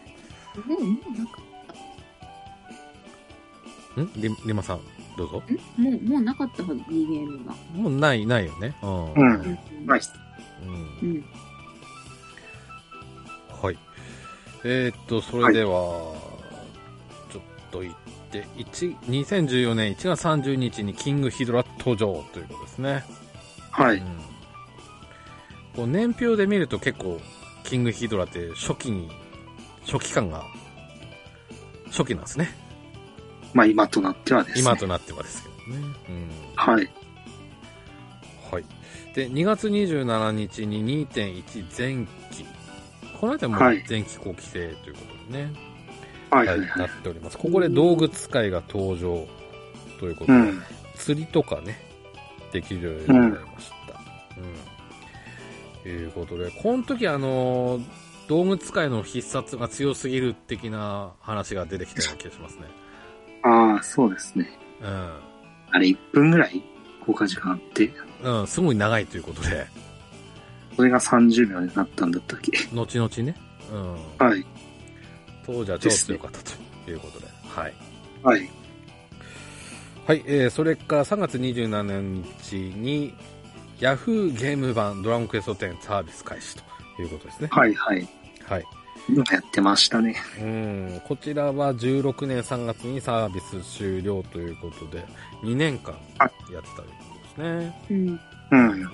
Speaker 3: でも、も
Speaker 1: んリ
Speaker 3: うなか
Speaker 1: リマさん、どうぞ。
Speaker 3: んもう、もうなかったはず、D ゲームが。
Speaker 1: もうない、ないよね。うん。
Speaker 2: う
Speaker 1: うんん。
Speaker 2: ない
Speaker 3: うん。
Speaker 1: はい。えーっと、それでは、ちょっと言って、1、2014年1月30日にキングヒドラ登場ということですね。
Speaker 2: は
Speaker 1: う
Speaker 2: い。
Speaker 1: んこう年表で見ると結構、キングヒドラって初期に、初期感が、初期なんですね。
Speaker 2: まあ今となってはですね。
Speaker 1: 今となってはですけどね。うん。
Speaker 2: はい。
Speaker 1: はい。で、2月27日に2.1前期。この辺も
Speaker 2: はい
Speaker 1: 前期後期制ということでね。
Speaker 2: は。
Speaker 1: はい
Speaker 2: はい。
Speaker 1: なっております。ここで道具使いが登場。ということ
Speaker 2: う
Speaker 1: で、
Speaker 2: ん。
Speaker 1: 釣りとかね、できるようになりました。うん。ということで、この時あの、動物界の必殺が強すぎる的な話が出てきたような気がしますね。
Speaker 2: ああ、そうですね。
Speaker 1: うん。
Speaker 2: あれ、1分ぐらい効果時間あって、
Speaker 1: うん、すごい長いということで、
Speaker 2: それが30秒になったんだったっけ。
Speaker 1: 後々ね、うん、
Speaker 2: はい。
Speaker 1: 当時は超強かったということで、はい。
Speaker 2: はい。
Speaker 1: はい、えー、それから3月27日に、ヤフーゲーム版ドラゴンクエスト10サービス開始ということですね。
Speaker 2: はい、はい。
Speaker 1: はい。
Speaker 2: なんかやってましたね。
Speaker 1: うん、こちらは16年3月にサービス終了ということで、2年間やってたということですね。
Speaker 3: うん。
Speaker 2: うん。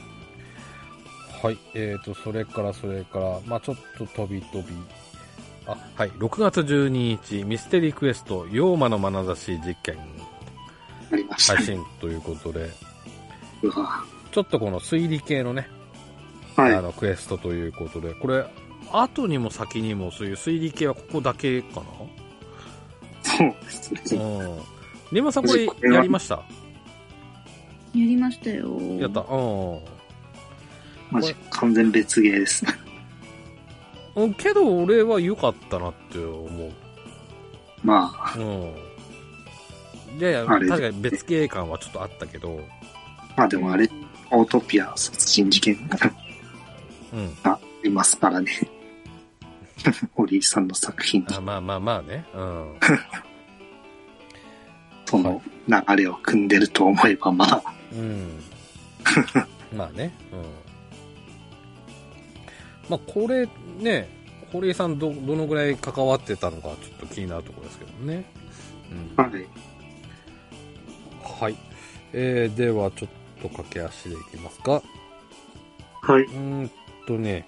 Speaker 1: はい、えーと、それから、それから、まあちょっと飛び飛び。あ、はい、6月12日、ミステリークエスト、妖魔の眼差し実験、
Speaker 2: ありました
Speaker 1: 配
Speaker 2: ね。
Speaker 1: 信ということで、
Speaker 2: うわ
Speaker 1: ちょっとこの推理系のね、
Speaker 2: はい
Speaker 1: あ。の、クエストということで、これ、後にも先にもそういう推理系はここだけか
Speaker 2: そうです
Speaker 1: な
Speaker 2: ね。
Speaker 1: うん。リマさんこれやりました
Speaker 3: やりましたよ。
Speaker 1: やった。うん。
Speaker 2: マジ、完全別ゲーです。
Speaker 1: うん、けど俺は良かったなって思う。
Speaker 2: まあ、
Speaker 1: うん。いやいや、
Speaker 2: あれ
Speaker 1: 確かに別系感はちょっとあったけど、
Speaker 2: まあでもあれ、オートピア殺人事件が
Speaker 1: うん。
Speaker 2: ありますから ね。堀井さんの作品に
Speaker 1: あまあまあまあね。うん。
Speaker 2: その流れを組んでると思えば、まあ、
Speaker 1: うん。まあね。うん。まあこれね、堀江さんど、どのぐらい関わってたのかちょっと気になるところですけどね。うん。
Speaker 2: はい。
Speaker 1: はい。えー、ではちょっと駆け足でいきますか。。
Speaker 2: はいう
Speaker 1: ーんとね。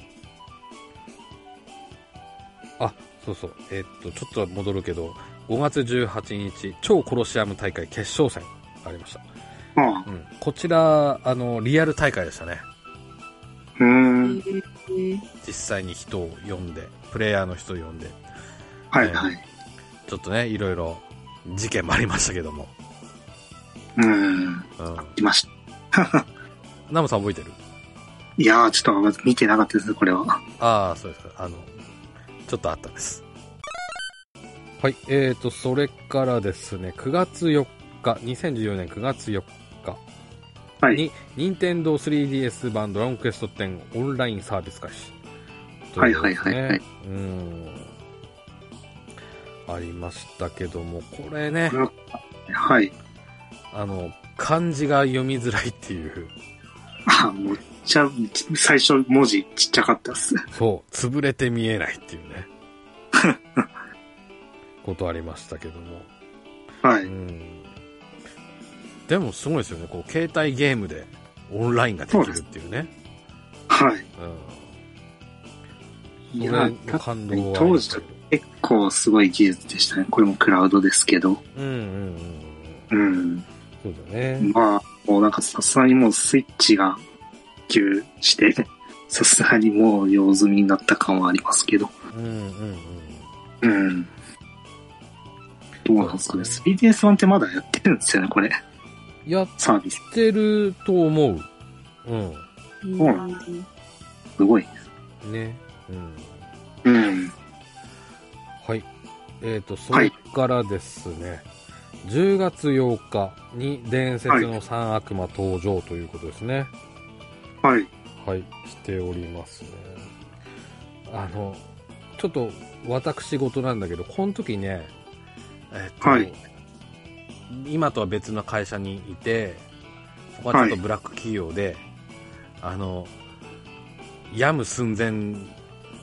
Speaker 1: あ、そうそう。えっと、ちょっと戻るけど、5月18日、超コロシアム大会決勝戦ありました。
Speaker 2: ああ、
Speaker 1: うん。こちら、あの、リアル大会でしたね。
Speaker 2: うー。
Speaker 3: うんん。
Speaker 1: 実際に人を呼んで、プレイヤーの人を呼んで、
Speaker 2: はいはい。
Speaker 1: ちょっとね、いろいろ事件もありましたけども。
Speaker 2: うーん。
Speaker 1: うん。
Speaker 2: いました。
Speaker 1: ナムさん覚えてる
Speaker 2: いやー、ちょっと見てなかったですね、これは。
Speaker 1: ああ、そうですか。あの、ちょっとあったんです。はい、えーと、それからですね、9月4日、2014年9月4日
Speaker 2: はい
Speaker 1: に、任天堂 3DS 版ドラゴンクエスト10オンラインサービス開始。
Speaker 2: はいはいはいはい
Speaker 1: とうことですねうん。ありましたけども、これね
Speaker 2: こ、れははい。
Speaker 1: あの、漢字が読みづらいっていう、
Speaker 2: ああ、もう、じゃあ最初文字ちっちゃかったっす。
Speaker 1: そう、潰れて見えないっていう ね、ことありましたけども。
Speaker 2: は
Speaker 1: う
Speaker 2: い。
Speaker 1: んでもすごいですよね、こう携帯ゲームでオンラインができるっていうね。
Speaker 2: はい。
Speaker 1: うん。
Speaker 2: い
Speaker 1: それ
Speaker 2: や
Speaker 1: の感動はあり
Speaker 2: 当
Speaker 1: ま
Speaker 2: 時
Speaker 1: した
Speaker 2: と
Speaker 1: けど
Speaker 2: 結構すごい技術でしたね。これもクラウドですけど。
Speaker 1: うんうんうん
Speaker 2: うん。
Speaker 1: うん。そうだね。
Speaker 2: まあ、もうなんかさすがにもうスイッチが普及して、さすがにもう用済みになった感はありますけど。
Speaker 1: うんうんうん。
Speaker 2: うん。どうなんですかね。3DS 版ってまだやってるんですよね、これ。
Speaker 1: やっ
Speaker 2: サービス。
Speaker 1: てると思う。
Speaker 3: うん。
Speaker 2: すごい。
Speaker 1: うん。ね。うん。
Speaker 2: うん。
Speaker 1: はい。えっ、と、そ
Speaker 2: は
Speaker 1: れ
Speaker 2: い
Speaker 1: からですね、10月8日に伝説の三悪魔登場ということですね。
Speaker 2: はい。
Speaker 1: はい、しておりますね。あの、ちょっと私事なんだけど、この時ね、えっと、
Speaker 2: はい
Speaker 1: 今とは別の会社にいて、そこはちょっとブラック企業で、あの、病む寸前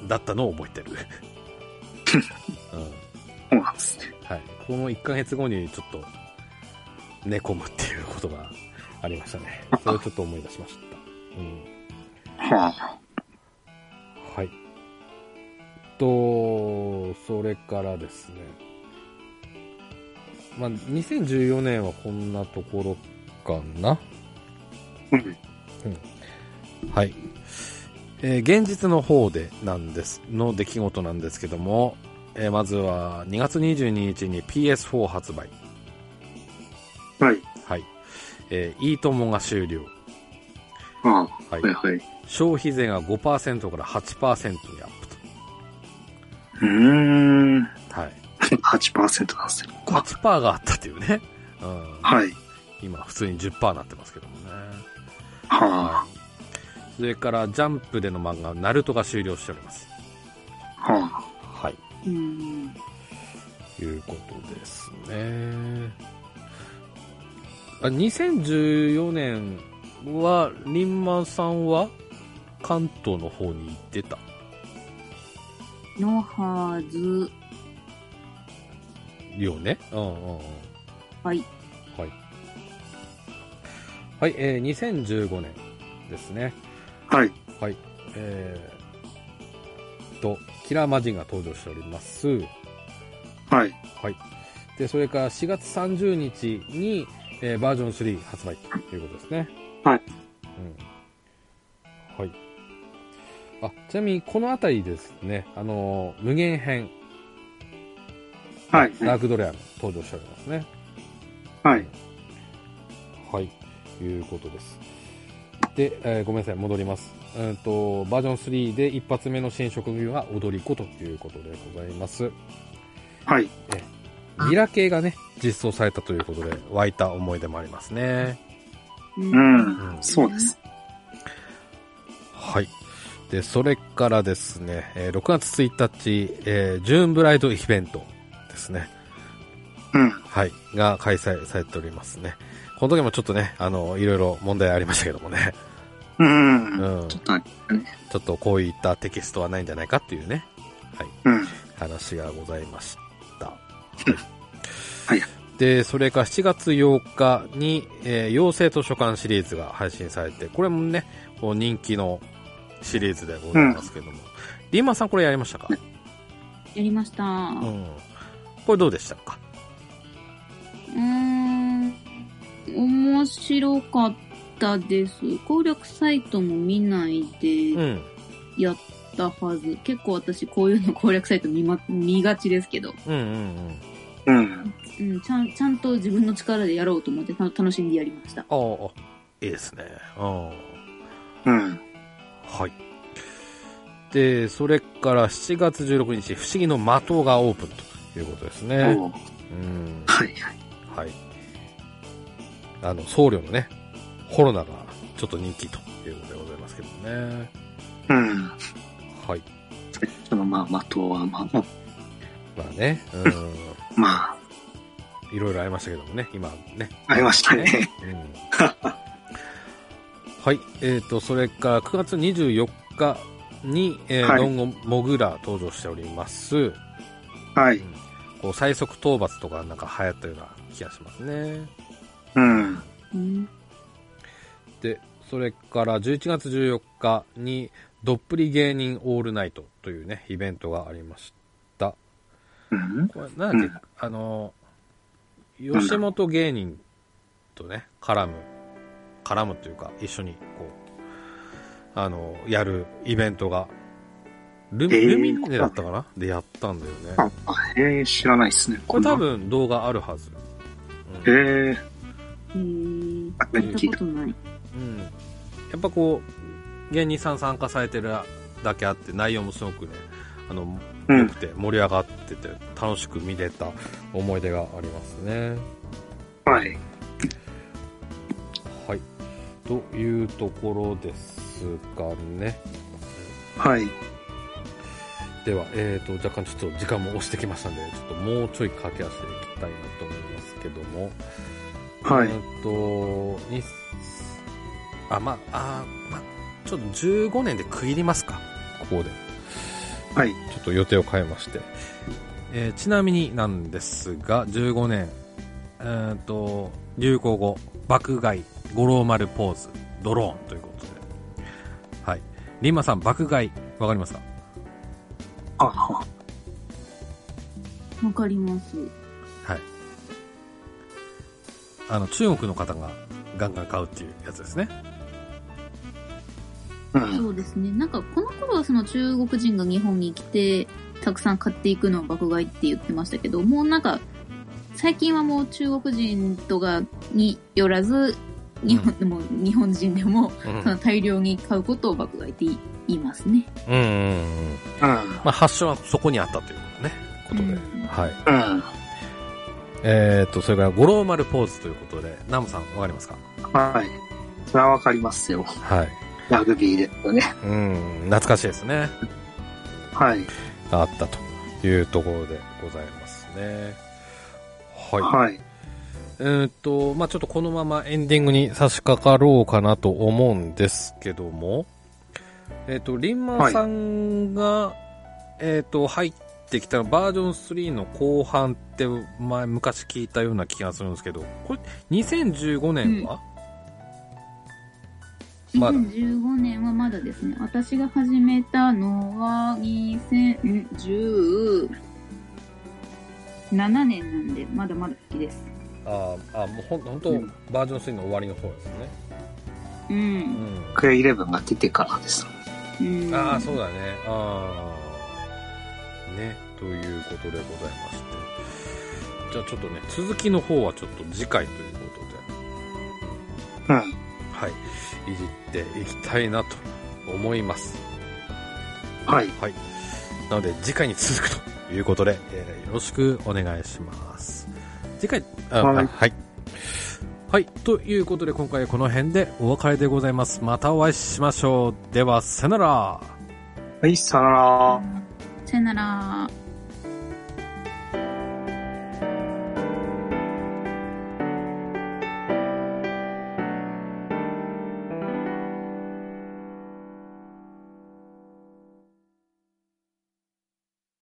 Speaker 1: だったのを覚えてる。 うん、
Speaker 2: そうなんですね。
Speaker 1: はい。この1ヶ月後にちょっと、寝込むっていうことがありました ね。それをちょっと思い出しました。うん
Speaker 2: はあ。
Speaker 1: はい。と、それからですね。まあ、2014年はこんなところかな。
Speaker 2: うん。
Speaker 1: はい。えー現実の方でなんです、の出来事なんですけども、えーまずは2月22日に PS4 発売。
Speaker 2: はい。
Speaker 1: はい。えーいいともが終了。
Speaker 2: あ
Speaker 1: はい
Speaker 2: あ、はいはい。う
Speaker 1: 消費税が5%から8%にアップ
Speaker 2: ーん。
Speaker 1: と。はい。
Speaker 2: 8%なんですね。あ
Speaker 1: 8%があったっていうね。うん。
Speaker 2: はい。
Speaker 1: 今、普通に10%になってますけどもね。
Speaker 2: は
Speaker 1: はい。それから、ジャンプでの漫画、ナルトが終了しております。
Speaker 2: あ、は
Speaker 1: はい。
Speaker 3: うん。
Speaker 1: いうことですね。あ2014年は、リンマンさんは関東の方に行ってた。
Speaker 3: のはず、
Speaker 1: よね。うんうんうん。
Speaker 3: はい。
Speaker 1: はい。はい、えー、2015年ですね。
Speaker 2: あ。はい。
Speaker 1: はい。えー、と、キラーマジンが登場しております。
Speaker 2: はい。
Speaker 1: で、それから4月30日に、えーバージョン3発売ということですね。
Speaker 2: はい。
Speaker 1: うん。はい。あ、ちなみにこのあたりですね、あのー無限編、
Speaker 2: はい。
Speaker 1: ダークドレアの登場しておりますね。
Speaker 2: はい。
Speaker 1: はい、いうことです。で、えーごめんなさい、戻ります。うんと、バージョン3で一発目の新職業は踊り子ということでございます。
Speaker 2: はい。
Speaker 1: ギラ系がね、実装されたということで、湧いた思い出もありますね。
Speaker 3: う
Speaker 2: う
Speaker 1: ん
Speaker 2: ん。そうです。
Speaker 1: はい。で、それからですね、えー6月1日、えージューンブライドイベントですね。
Speaker 2: うん。
Speaker 1: はい。が開催されておりますね。この時もちょっとね、あの、いろいろ問題ありましたけどもね。
Speaker 2: うん。
Speaker 1: うん。ち
Speaker 2: ちょっとあれね。
Speaker 1: ょっとこういったテキストはないんじゃないかっていうね。はい。
Speaker 2: うん。
Speaker 1: 話がございました。
Speaker 2: はい。
Speaker 1: で、それから7月8日に、えー妖精図書館シリーズが配信されて、これもね、こう人気のシリーズでございますけども。リーマンさんこれやりましたか
Speaker 3: やりました。
Speaker 1: う。
Speaker 3: うん
Speaker 1: これどうでしたか
Speaker 3: ーん。面白かったです。攻略サイトも見ないで
Speaker 1: ん。
Speaker 3: やったはず。結構私こういうの攻略サイト見ま、見がちですけど。
Speaker 1: うんうんうん。
Speaker 2: うん。
Speaker 3: うん、ちゃん、ちゃんと自分の力でやろうと思ってた楽しんでやりました。
Speaker 1: ああ、いいですね。うん。
Speaker 2: うん。
Speaker 1: はい。で、それから7月16日、不思議の的がオープンということです
Speaker 2: お
Speaker 1: ね。う
Speaker 2: ー
Speaker 1: ん。
Speaker 2: はい。はい。
Speaker 1: はい。あの、僧侶のね、コロナがちょっと人気ということでございますけどね。
Speaker 2: うん。
Speaker 1: はい。
Speaker 2: その、まあ、的は、まあ、
Speaker 1: まあね、う
Speaker 2: まあ、
Speaker 1: ん、 いろいろありましたけどもね、今ね。
Speaker 2: ありましたね。
Speaker 1: うん。はい。えっ、と、それから9月24日に、えー
Speaker 2: はい
Speaker 1: ドンゴモグラ登場しております。
Speaker 2: はい。
Speaker 1: こう、最速討伐とかなんか流行ったような気がしますね。
Speaker 2: うん。
Speaker 3: うん。
Speaker 1: で、それから11月14日に、どっぷり芸人オールナイトというね、イベントがありました。
Speaker 2: うん。
Speaker 1: これ、なんだっけ、
Speaker 2: うん
Speaker 1: あの、吉本芸人とね、絡む、絡むというか、一緒に、こう、あの、やるイベントが、ル,、
Speaker 2: えー
Speaker 1: ルミネだったかなでやったんだよね。
Speaker 2: あ、ええ、知らないですね。
Speaker 1: これ多。分動画あるはず。うん
Speaker 2: ええ、
Speaker 3: うん。
Speaker 2: あ、
Speaker 3: やった
Speaker 2: 聞い
Speaker 3: こ
Speaker 2: た。
Speaker 3: とない。
Speaker 1: うん、やっぱこう芸人さん参加されてるだけあって内容もすごくねあの
Speaker 2: うん
Speaker 1: 良くて盛り上がってて楽しく見れた思い出がありますね、
Speaker 2: はい。
Speaker 1: はいというところですかね
Speaker 2: はい。
Speaker 1: では、えー、と若干ちょっと時間も押してきましたんでちょっともうちょい駆け足でいきたいなと思いますけども
Speaker 2: は
Speaker 1: え
Speaker 2: い。
Speaker 1: ーっとにあまあーまちょっと15年で区切りますかここで
Speaker 2: はい。
Speaker 1: ちょっと予定を変えまして、えーちなみになんですが15年、えー、と流行語爆買い五郎丸ポーズドローンということではいリンマさん爆買いわかりますか
Speaker 2: あは。
Speaker 3: わかります。
Speaker 1: はいあの中国の方がガンガン買うっていうやつですね
Speaker 2: うん。
Speaker 3: そうですね。なんか、この頃はその中国人が日本に来て、たくさん買っていくのを爆買いって言ってましたけど、もうなんか、最近はもう中国人とかによらず、日本でも、日本人でも、
Speaker 1: うん
Speaker 3: その大量に買うことを爆買いって言いますね。
Speaker 1: うんうんうん。
Speaker 2: うん。
Speaker 1: まあ、発祥はそこにあったということね。ことで。
Speaker 3: うん
Speaker 1: はい。
Speaker 2: うん。
Speaker 1: えーっと、それから、五郎丸ポーズということで、ナムさん、わかりますか
Speaker 2: はい。それはわかりますよ。
Speaker 1: はい。
Speaker 2: ラグビーですよね。
Speaker 1: うん、懐かしいですね。
Speaker 2: はい。
Speaker 1: あったというところでございますね。はい。
Speaker 2: はい。
Speaker 1: えーっと、まあちょっとこのままエンディングに差し掛かろうかなと思うんですけども、えーっと、リンマンさんが、えーっと、入ってきたバージョン3の後半って前昔聞いたような気がするんですけど、これ、2015年は、まだ
Speaker 3: 2015年はまだですね、私が始めたのは2017年なんで、まだまだ好きです。
Speaker 1: あーあー、もうほん本当、
Speaker 2: うん
Speaker 1: バージョン3の終わりの方ですよね。
Speaker 3: う。
Speaker 1: うんん。
Speaker 2: クエイレブンが出てからです。
Speaker 3: うん、
Speaker 1: ああ、そうだね。ああ。ね、ということでございまして。じゃあちょっとね、続きの方はちょっと次回ということで、
Speaker 2: うん。
Speaker 1: はい、いじっていきたいなと思います。
Speaker 2: はい。
Speaker 1: はい。なので、次回に続くということで、えーよろしくお願いします。次回、あ
Speaker 2: はい
Speaker 1: はい。はい。ということで、今回はこの辺でお別れでございます。またお会いしましょう。では、さよなら。
Speaker 2: はい、さよなら。
Speaker 3: さよなら。